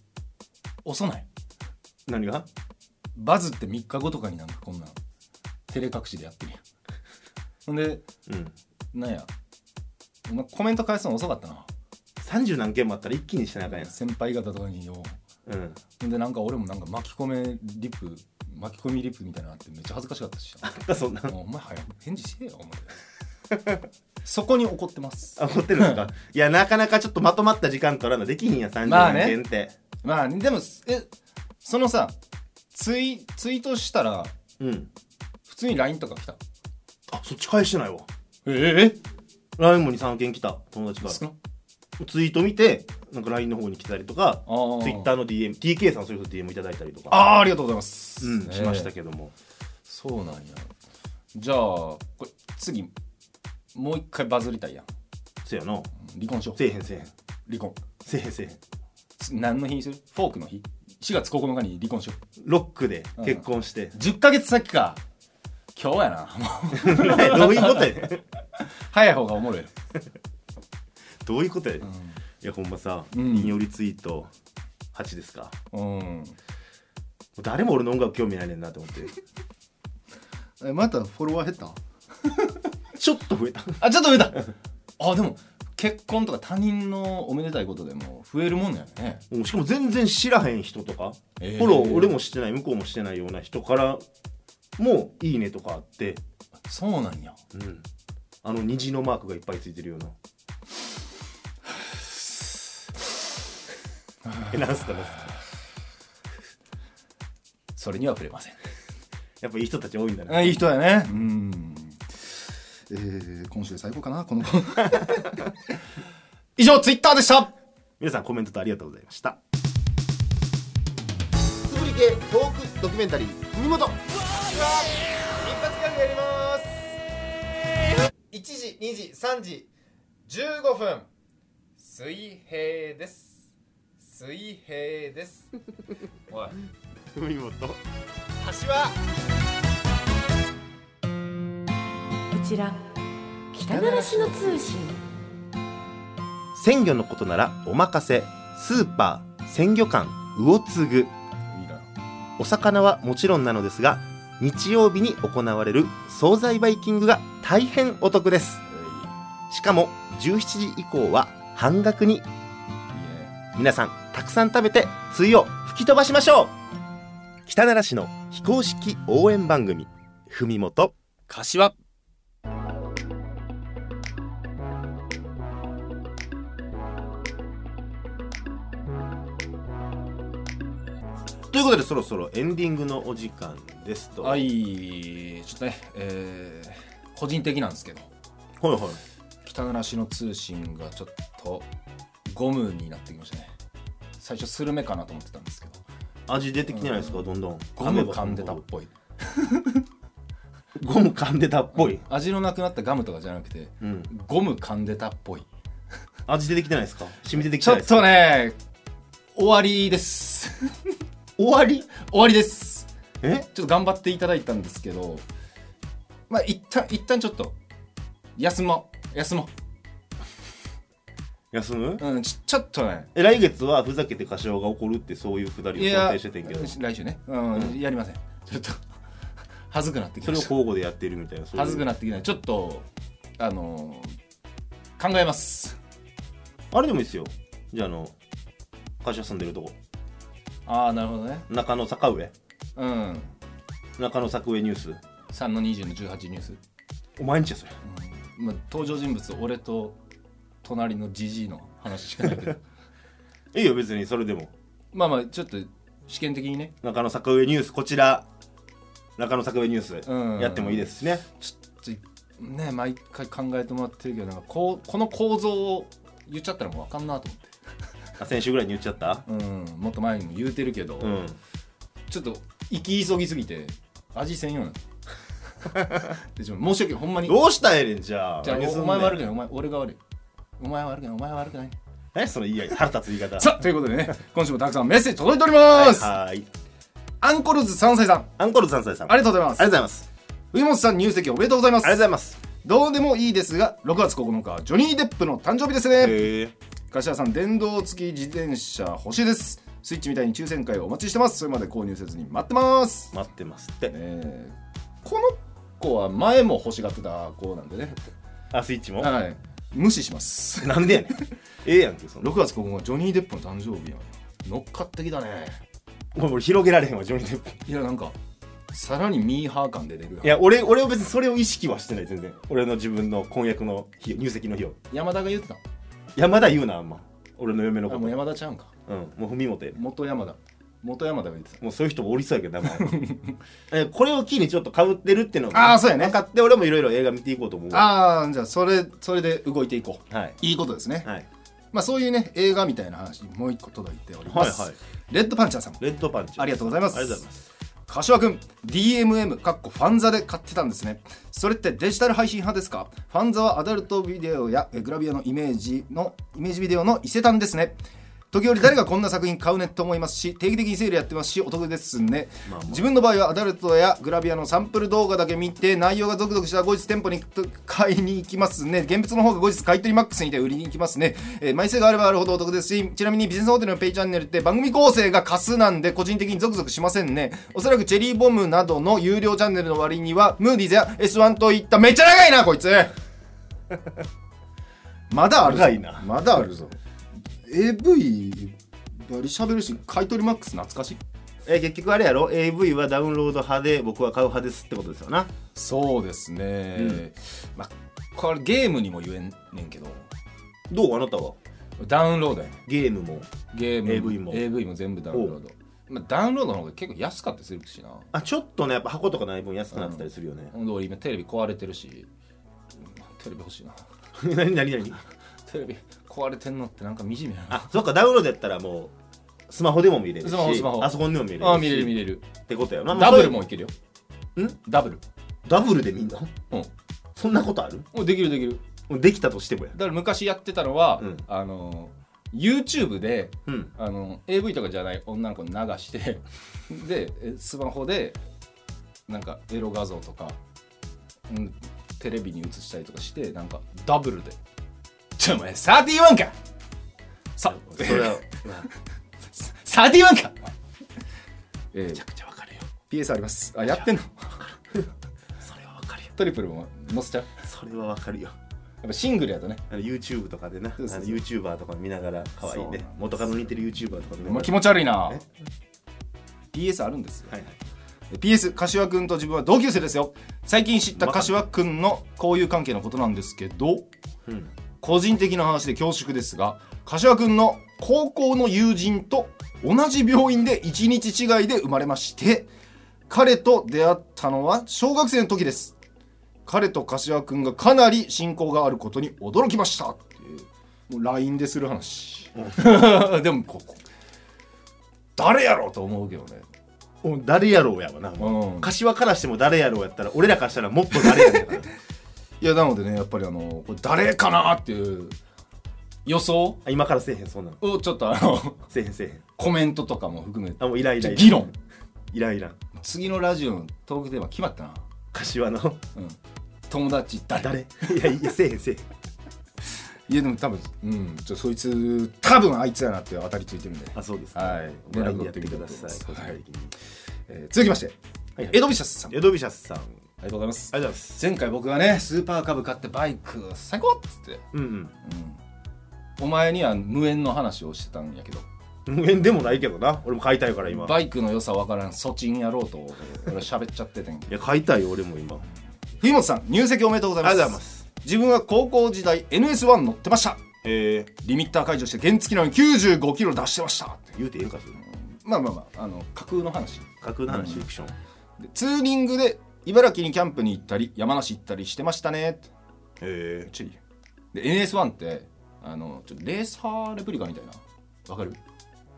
Speaker 1: 押さない
Speaker 2: 何が
Speaker 1: バズって3日後とかになんかこんなん照れ隠しでやってるやんほんで
Speaker 2: うん。
Speaker 1: なんやお前コメント返すの遅かったな
Speaker 2: 30何件もあったら一気にしてなあかんやん。
Speaker 1: 先輩方とかによ
Speaker 2: うん。
Speaker 1: ほんでなんか俺もなんか巻き込めリップ巻き込みリップみたいなのあってめっちゃ恥ずかしかった
Speaker 2: (laughs)
Speaker 1: し
Speaker 2: あった、そ
Speaker 1: (laughs)
Speaker 2: んな。
Speaker 1: もうお前早く返事してよ思ってそこに怒ってます
Speaker 2: あ、持ってるんですかいや、なかなかちょっとまとまった時間取らなできひんやん、30
Speaker 1: まあ
Speaker 2: 何
Speaker 1: ね
Speaker 2: 件って。
Speaker 1: まあねでもえそのさツイツイートしたら
Speaker 2: うん。
Speaker 1: 普通に LINE とか来た
Speaker 2: あ、そっち返してないわ。
Speaker 1: ええ
Speaker 2: LINE も23件来た、友達から。
Speaker 1: 少な
Speaker 2: ツイート見てなんか LINE の方に来たりとか
Speaker 1: あー
Speaker 2: Twitter の DMTK さんそういう DM いただいたりとか
Speaker 1: ああありがとうございます、
Speaker 2: うん、しました
Speaker 1: ど
Speaker 2: けども
Speaker 1: そうなんやじゃあこれ次もう一回バズりたいやん
Speaker 2: せやな
Speaker 1: 離婚しよう
Speaker 2: せえへんせえへん
Speaker 1: 離婚
Speaker 2: せえへんせえへん
Speaker 1: つ何の日にするフォークの日4月9日に離婚しよう
Speaker 2: ロックで結婚して、 (laughs)
Speaker 1: 10ヶ月先か今日やな (laughs) もう
Speaker 2: どういうことやねん
Speaker 1: 早い方がおもろいよ
Speaker 2: どういうことやねん、いやほんまさ、
Speaker 1: ん
Speaker 2: 引用リツイート8ですかも
Speaker 1: うん
Speaker 2: う誰も俺の音楽興味ないねんなと思って (laughs)
Speaker 5: えまたフォロワー減ったん
Speaker 2: ちょっと増えた
Speaker 1: あちょっと上だ (laughs) あでも結婚とか他人のおめでたいことでも増えるもんやね
Speaker 2: もうしかも全然知らへん人とか、
Speaker 1: えー
Speaker 2: フォロー俺もしてない向こうもしてないような人からも「いいね」とかあって
Speaker 1: そうなんや
Speaker 2: うん、あの虹のマークがいっぱいついてるよ
Speaker 1: (laughs)
Speaker 2: うな。えなんすかなんすか
Speaker 1: それには触れません
Speaker 2: やっぱいい人たち多いんだ
Speaker 1: あ
Speaker 2: ね。
Speaker 1: いい人やねうん
Speaker 5: えー、今週最高かなこの
Speaker 1: 以上ツイッターでした
Speaker 2: 皆さんコメントとありがとうございました。
Speaker 6: つぶり系トークドキュメンタリー「国本」
Speaker 3: 1時2時3時15分水平です水平ですおい
Speaker 6: 国本
Speaker 3: 橋は
Speaker 7: こちら北ならしの通信
Speaker 2: 鮮魚のことならお任せ。スーパー、鮮魚館、魚継ぐ。
Speaker 1: いいな
Speaker 2: お魚はもちろんなのですが、日曜日に行われる惣菜バイキングが大変お得です。しかも17時以降は半額に。
Speaker 1: いいね
Speaker 2: 皆さんたくさん食べて梅雨を吹き飛ばしましょう北奈良市の非公式応援番組「ふみもと
Speaker 1: 柏
Speaker 2: ということでそろそろエンディングのお時間ですと
Speaker 1: は
Speaker 2: はい
Speaker 1: いちょっとねえー個人的なんですけど
Speaker 2: はい
Speaker 1: 北ならしの通信がちょっとゴムになってきましたね最初スルメかなと思ってたんですけど
Speaker 2: 味出てきてないですかどんどん
Speaker 1: ゴム噛んでたっ
Speaker 2: ゴ
Speaker 1: ぽい
Speaker 2: ム噛んでたっぽい、
Speaker 1: 味のなくなったガムとかじゃなくて
Speaker 2: うん、
Speaker 1: ゴム噛んでたっぽい
Speaker 2: 味出てきてないですか染み出てき
Speaker 1: ち
Speaker 2: て
Speaker 1: ょ
Speaker 2: ない
Speaker 1: っ
Speaker 2: です
Speaker 1: と
Speaker 2: か
Speaker 1: ね終わりです (laughs) 終わり終わりです
Speaker 2: え
Speaker 1: ちょっと頑張っていただいたんですけどまあ一旦一旦ちょっと休もう休もう
Speaker 2: 休む
Speaker 1: うん、ちちょっとね
Speaker 2: え来月はふざけて歌唱が起こるってそういうくだりを
Speaker 1: い
Speaker 2: 想
Speaker 1: や
Speaker 2: 定しててんけど
Speaker 1: 来週ね、うんやりませんちょっと (laughs) 恥ずくなってき
Speaker 2: そ
Speaker 1: ま
Speaker 2: れを
Speaker 1: した
Speaker 2: 交互でやってるみたいなそういう
Speaker 1: 恥ずくなってきないちょっとあのー考えます
Speaker 2: あれでもいいですよじゃああの会社住んでるとこ
Speaker 1: ああなるほどね
Speaker 2: 中野坂上
Speaker 1: うん
Speaker 2: 中野坂上ニュース
Speaker 1: 3の20の18ニュース、
Speaker 2: お前んちやそれ
Speaker 1: うんまあ、登場人物俺と隣のジジイの話しかないけ (laughs) ど
Speaker 2: いいよ別にそれでも
Speaker 1: まあまあちょっと試験的にね
Speaker 2: 中野坂上ニュースこちら中野坂上ニュース、
Speaker 1: うん
Speaker 2: やってもいいですしね
Speaker 1: ちょっとね毎回考えてもらってるけどなんかこうこの構造を言っちゃったらもう分かんなと
Speaker 2: あ先週ぐらいに言っちゃった
Speaker 1: 思って、うん、もっと前にも言うてるけど、
Speaker 2: うん
Speaker 1: ちょっと行き急ぎすぎて味せんようにな (laughs) ったでちょっと申し訳ないほんまに
Speaker 2: どうしたんやねんじゃあ
Speaker 1: じゃあ
Speaker 2: 何すんねん
Speaker 1: お前悪くないお前俺が悪いお前悪くないお前悪くない
Speaker 2: 何その言い合い腹立つ言い方
Speaker 1: さあということでね今週もたくさんメッセージ届いております、
Speaker 2: はーい
Speaker 1: アンコルズ3歳さんあ
Speaker 2: アンコール3歳さんあ
Speaker 1: り
Speaker 2: り
Speaker 1: がとうございます
Speaker 2: がとうございます
Speaker 1: 上本さん入籍おめでとうございま
Speaker 2: ありがとうご
Speaker 1: す
Speaker 2: ざいます
Speaker 1: どうでもいいですが6月9日はジョニー・デップの誕生日ですね、
Speaker 2: へえ
Speaker 1: 柏さん電動付き自転車欲しいですスイッチみたいに抽選会をお待ちしてますそれまで購入せずに待ってます、
Speaker 2: 待ってますって
Speaker 1: えーこの子は前も欲しがってた子なんでね
Speaker 2: あスイッチも
Speaker 1: はい無視します
Speaker 2: なんでやねんええやんけその
Speaker 1: 6月9日ジョニー・デップの誕生日やね乗っかってきたね
Speaker 2: お前俺広げられへんわジョニー・デップ
Speaker 1: いやなんかさらにミーハー感出てくる
Speaker 2: いや俺俺は別にそれを意識はしてない全然俺の自分の婚約の日入籍の日を
Speaker 1: 山田が言ってた
Speaker 2: 山田言うなあんま俺の嫁の
Speaker 1: あ
Speaker 2: こと
Speaker 1: もう
Speaker 2: も
Speaker 1: 山田ちゃうんか
Speaker 2: うんもう文元や
Speaker 1: 元山田元山田が言ってた
Speaker 2: もうそういう人もおりそうやけど名前 (laughs) えこれを機にちょっとかぶってるっていうの
Speaker 1: あーそうやね
Speaker 2: 分かって俺もいろいろ映画見ていこうと思うは
Speaker 1: ああじゃあそれそれで動いていこう
Speaker 2: いはい
Speaker 1: いいことですね、
Speaker 2: はい
Speaker 1: まあそういうね映画みたいな話もう一個届いております、
Speaker 2: はいはい
Speaker 1: レッドパンチャーさん
Speaker 2: レッドパンチ
Speaker 1: ありがとうございます
Speaker 2: ありがとうございます
Speaker 1: 柏くん DMM かっこファンザで買ってたんですねそれってデジタル配信派ですかファンザはアダルトビデオやえグラビアのイメージのイメージビデオの伊勢丹ですね時折誰がこんな作品買うねと思いますし定期的にセールやってますしお得ですね、自分の場合はアダルトやグラビアのサンプル動画だけ見て内容がゾクゾクしたら後日店舗に行くと買いに行きますね現物の方が後日買い取りマックスにて売りに行きますね、えー枚数があればあるほどお得ですしちなみにビジネスホテルのペイチャンネルって番組構成が数なんで個人的にゾクゾクしませんねおそらくチェリーボムなどの有料チャンネルの割にはムーディーズや S1 といっためっちゃ長いなこいつ (laughs) まだあるぞ
Speaker 2: 長いな
Speaker 1: まだあるぞ
Speaker 5: AV バリ喋るし買い取りマックス懐かしい
Speaker 2: え結局あれやろ AV はダウンロード派で僕は買う派ですってことですよな
Speaker 1: そうですね、まあこれゲームにも言えんねんけど
Speaker 2: どうあなたは
Speaker 1: ダウンロードやねん
Speaker 2: ゲームも
Speaker 1: ゲーム
Speaker 2: AV も
Speaker 1: AV も全部ダウンロード、まあ、ダウンロードの方が結構安かったりするしな
Speaker 2: あちょっとねやっぱ箱とかない分安くなってたりするよね、
Speaker 1: ほんで俺今テレビ壊れてるしテレビ欲しいな
Speaker 2: (laughs) 何何何
Speaker 1: テレビ壊れてんのってなんか惨めやな
Speaker 2: あそっかダウンロードやったらもうスマホでも見れるし
Speaker 1: スマホスマホ
Speaker 2: パソコンでも見れるし
Speaker 1: あ見れる見れる
Speaker 2: ってことやな、まあ
Speaker 1: ダブルもいけるよ
Speaker 2: ん
Speaker 1: ダブル
Speaker 2: ダブルで見んの
Speaker 1: うん
Speaker 2: そんなことある
Speaker 1: おできるできる
Speaker 2: もうできたとしてもや
Speaker 1: だから昔やってたのは、
Speaker 2: うん
Speaker 1: あの YouTube で
Speaker 2: うん
Speaker 1: あの AV とかじゃない女の子に流して (laughs) でえスマホでなんかエロ画像とか、うん、テレビに映したりとかしてなんかダブルで「ちょお前31かさ (laughs)
Speaker 2: それは
Speaker 1: 31か!」えー、
Speaker 2: じゃあ分かるよ
Speaker 1: PS ありますあやってんの (laughs)
Speaker 2: それは分かるよ
Speaker 1: トリプルも載せちゃう
Speaker 2: それは分かるよ
Speaker 1: やっぱシングルやとね
Speaker 2: あの YouTube とかでな
Speaker 1: そうそうそう
Speaker 2: あの YouTuber とか見ながら可愛い
Speaker 1: そうなんで
Speaker 2: ね
Speaker 1: す
Speaker 2: 元カノ似てる YouTuber とか
Speaker 1: も
Speaker 2: 見なが
Speaker 1: う
Speaker 2: ら
Speaker 1: 気持ち悪いな
Speaker 2: え
Speaker 1: PS あるんですよ
Speaker 2: はいはい
Speaker 1: PS 柏くんと自分は同級生ですよ最近知った柏くんの交友関係のことなんですけど、
Speaker 2: うん
Speaker 1: 個人的な話で恐縮ですが柏くんの高校の友人と同じ病院で1日違いで生まれまして彼と出会ったのは小学生の時です彼と柏くんがかなり親交があることに驚きましたっていうもう LINE でする話 (laughs) でもここ誰やろうと思うけどね
Speaker 2: お誰やろうやわな、
Speaker 1: う
Speaker 2: も
Speaker 1: ん
Speaker 2: う柏からしても誰やろうやったら俺らからしたらもっと誰やねんから
Speaker 1: (laughs) いやなのでねやっぱりあのこれ誰かなっていう予想
Speaker 2: あ今からせえへんそんなの
Speaker 1: をちょっとあの (laughs)
Speaker 2: せえへんせえへん
Speaker 1: コメントとかも含めて
Speaker 2: あもうイライライラ
Speaker 1: 議論
Speaker 2: イライラ
Speaker 1: 次のラジオのトークテーマ決まったな、
Speaker 2: 柏の
Speaker 1: うん、友達誰
Speaker 2: (laughs) 誰いやいやせえへんせえへん
Speaker 1: いやでも多分うんちょそいつ多分あいつやなって当たりついてるんで、
Speaker 2: あそうです
Speaker 1: はい
Speaker 2: ご覧にやってくだ
Speaker 1: 連絡を取ってみようと思いま
Speaker 2: さい
Speaker 1: す
Speaker 2: 個人的に
Speaker 1: えー続きまして、
Speaker 2: はいはい
Speaker 1: エドビシャスさんあり
Speaker 2: エドビシャスさんあ
Speaker 1: がとうございます
Speaker 2: りがとうございます
Speaker 1: 前回僕がねスーパーカブ買ってバイク最高っつって
Speaker 2: うん
Speaker 1: お前には無縁の話をしてたんやけど
Speaker 2: うん無縁でもないけどな俺も買いたいから今
Speaker 1: バイクの良さわからんソチンやろうと俺は喋っちゃっててんけど
Speaker 2: いや買いたいよ俺も今
Speaker 1: 日本さん入籍おめでとうございます
Speaker 2: ありがとうございます
Speaker 1: 自分は高校時代 NS1 乗ってました
Speaker 2: えー、
Speaker 1: リミッター解除して原付きなのに95キロ出してましたって
Speaker 2: 言うてええんかそれ
Speaker 1: まあまあまああの架空の話
Speaker 2: 架空の話フィクション
Speaker 1: でツーリングで茨城にキャンプに行ったり山梨行ったりしてましたねって
Speaker 2: え
Speaker 1: チリで NS1 ってあのちょっとレーサーレプリカみたいなわかる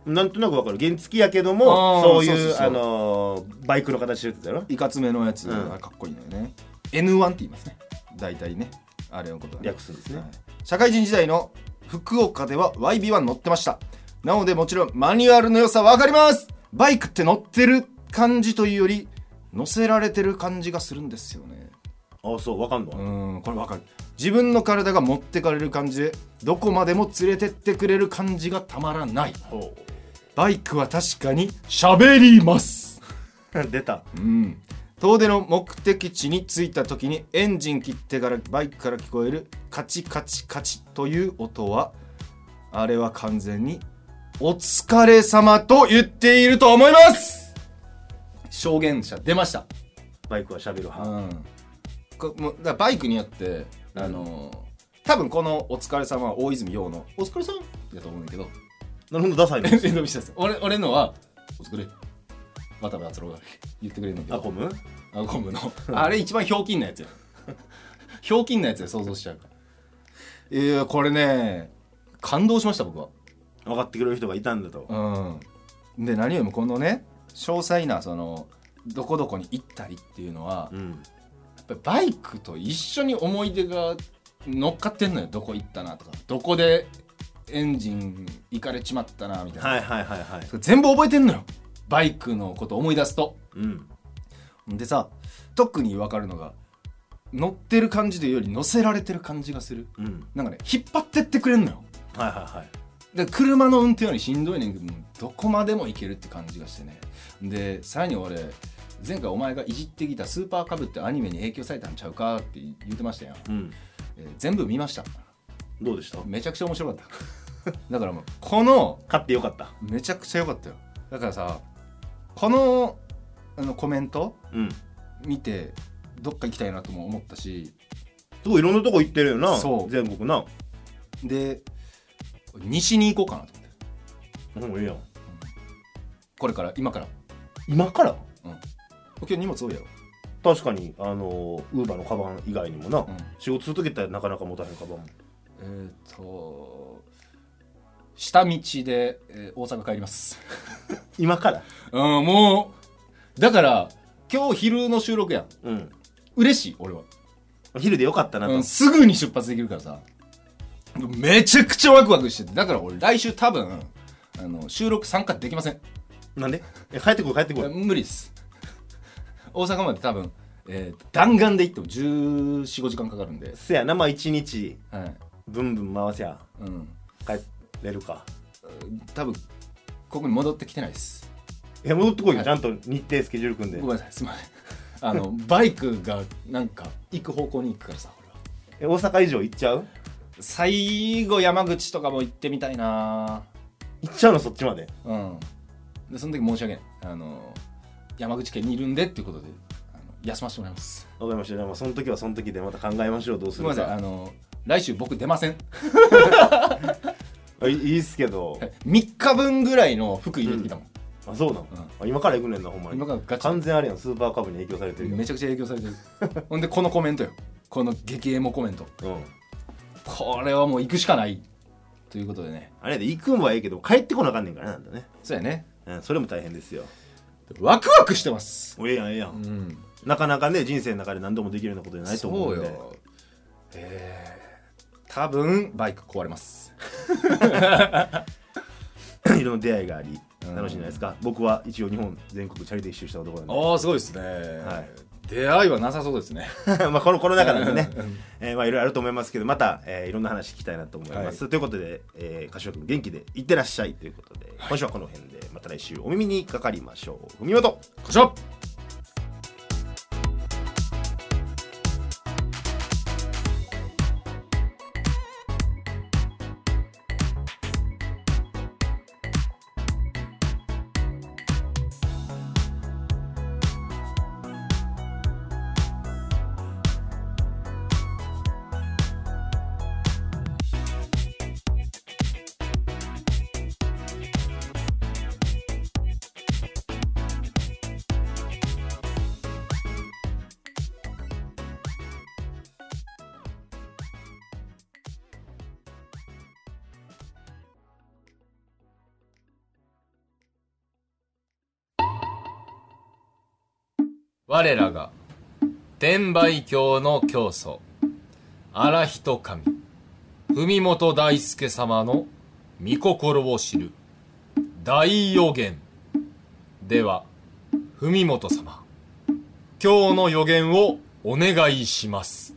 Speaker 2: ー、なんとなくわかる原付やけど
Speaker 1: あ
Speaker 2: も
Speaker 1: ー
Speaker 2: そういう
Speaker 1: そうそうそう
Speaker 2: あのーバイクの形してるってやろ
Speaker 1: いかつめのやつ、
Speaker 2: うん
Speaker 1: あれかっこいいのよね N1 って言いますね大体ねあれのことだね
Speaker 2: 略すんですね
Speaker 1: はい社会人時代の福岡では YB1 乗ってましたなのでもちろんマニュアルの良さ分かりますバイクって乗ってる感じというより乗せられてる感じがするんですよね
Speaker 2: ああそうわかんの、
Speaker 1: うんこれ分かる自分の体が持ってかれる感じでどこまでも連れてってくれる感じがたまらないバイクは確かに喋ります
Speaker 2: (laughs) 出た
Speaker 1: うん遠出の目的地に着いた時にエンジン切ってからバイクから聞こえるカチカチカチという音はあれは完全にお疲れ様と言っていると思います証言者出ました
Speaker 2: バイクはしゃべる派
Speaker 1: うん、こもうだからバイクによって、あのー多分この「お疲れ様は大泉洋の「お疲れさん」だと思うんだけど (laughs)
Speaker 2: なるほどダサいね
Speaker 1: 遠藤美です俺俺のは「お疲れ」渡部篤郎が言ってくれるんだ
Speaker 2: あ
Speaker 1: け
Speaker 2: コ
Speaker 1: ど
Speaker 2: ム
Speaker 1: あコムの (laughs) あれ一番ひょうきんなやつや (laughs) ひょうきんなやつで想像しちゃうからえー、これね感動しました僕は
Speaker 2: 分かってくれる人がいたんだと
Speaker 1: うんで何よりもこのね詳細なそのどこどこに行ったりっていうのは、
Speaker 2: うん
Speaker 1: やっぱりバイクと一緒に思い出が乗っかってんのよどこ行ったなとかどこでエンジン行かれちまったなみたいな、
Speaker 2: はいはいはいはい
Speaker 1: 全部覚えてんのよバイクのこと思い出すと
Speaker 2: うん
Speaker 1: でさ特に分かるのが乗ってる感じというより乗せられてる感じがする
Speaker 2: うん
Speaker 1: なんかね引っ張ってってくれんのよ
Speaker 2: はいはいはい
Speaker 1: で車の運転よりしんどいねんけどどこまでも行けるって感じがしてねでさらに俺前回お前がいじってきた「スーパーカブ」ってアニメに影響されたんちゃうかって言ってましたやん、
Speaker 2: うん
Speaker 1: えー全部見ました
Speaker 2: どうでした
Speaker 1: めちゃくちゃ面白かった (laughs) だからもうこの
Speaker 2: 買ってよかった
Speaker 1: めちゃくちゃ良かったよだからさこのあのコメント
Speaker 2: うんす
Speaker 1: 見てどっか行きたいなとも思ったし
Speaker 2: ごいいろんなとこ行ってるよな
Speaker 1: そう
Speaker 2: 全国な
Speaker 1: で西に行こうかなと思って
Speaker 2: うんいいやん
Speaker 1: これから今から
Speaker 2: 今から
Speaker 1: 今日荷物多いやろ
Speaker 2: 確かにあのウーバーのカバン以外にもな、
Speaker 1: ん
Speaker 2: 仕事する時ってなかなか持たへんカバンも
Speaker 1: えっ、と下道で、えー大阪帰ります (laughs)
Speaker 2: 今から
Speaker 1: うんもうだから今日昼の収録やん
Speaker 2: うん
Speaker 1: 嬉しい俺は、
Speaker 2: 昼でよかったなと、
Speaker 1: うん、すぐに出発できるからさめちゃくちゃワクワクしててだから俺来週多分あの収録参加できません
Speaker 2: なんでえ帰ってこい帰ってこい
Speaker 1: 無理です大阪まで多分、えー弾丸で行っても1 4 5時間かかるんで、
Speaker 2: せやなまあ一日
Speaker 1: はい
Speaker 2: ブンブン回せや
Speaker 1: うん、
Speaker 2: 帰れるか
Speaker 1: 多分ここに戻ってきてないです
Speaker 2: いや戻ってこいよ、
Speaker 1: はい
Speaker 2: ちゃんと日程スケジュール組んで
Speaker 1: ごめんなさいすいませんあの (laughs) バイクがなんか行く方向に行くからさ俺は
Speaker 2: え大阪以上行っちゃう
Speaker 1: 最後山口とかも行ってみたいな
Speaker 2: 行っちゃうのそっちまで
Speaker 1: うんでその時申し訳ないあの山口県にいるんでっていうことであの休ませてもらいます
Speaker 2: わかりましたじゃあまあその時はその時でまた考えましょうどうす
Speaker 1: すみま
Speaker 2: る
Speaker 1: せんあ
Speaker 2: か
Speaker 1: の来週僕出ません (laughs)
Speaker 2: あいいいっすけど
Speaker 1: 3日分ぐらいの服入れてきたもん、
Speaker 2: あそうな
Speaker 1: う
Speaker 2: の、あ今から行くねんなほんまに
Speaker 1: 今からガチ
Speaker 2: 完全あれやんスーパーカブに影響されてるやん
Speaker 1: めちゃくちゃ影響されてる (laughs) ほんでこのコメントよこの激エモコメント
Speaker 2: うん
Speaker 1: これはもう行くしかないということでね
Speaker 2: あれやで行くんはええけど帰ってこなあかんねんからなんだね、
Speaker 1: そうやね
Speaker 2: うん、それも大変ですよ
Speaker 1: ワクワクしてます
Speaker 2: おええやんええやん、
Speaker 1: うん
Speaker 2: なかなかね人生の中で何度もできるようなことじゃないと思うんで
Speaker 1: そうよえー、多分バイク壊れます
Speaker 2: いろんな出会いがあり楽しいんじゃないですか、僕は一応日本全国チャリで一周した男なんで
Speaker 1: ああすごいですね、
Speaker 8: 出会いはなさそうですね
Speaker 2: (laughs) まあこのコロナ禍なんでね、えーまあいろいろあると思いますけどまた、えーいろんな話聞きたいなと思います、ということで、えー、柏君元気でいってらっしゃいということで、今週はこの辺でまた来週お耳にかかりましょう文元
Speaker 8: こしょ
Speaker 1: 我らが天売教の教祖荒人神文本大輔様の御心を知る大予言では文本様今日の予言をお願いします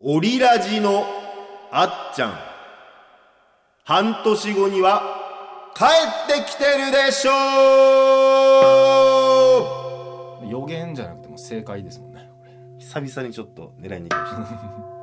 Speaker 2: オリラジのあっちゃん半年後には帰ってきてるでしょう
Speaker 8: 予言じゃなくても正解ですもんね
Speaker 2: 久々にちょっと狙いに行きました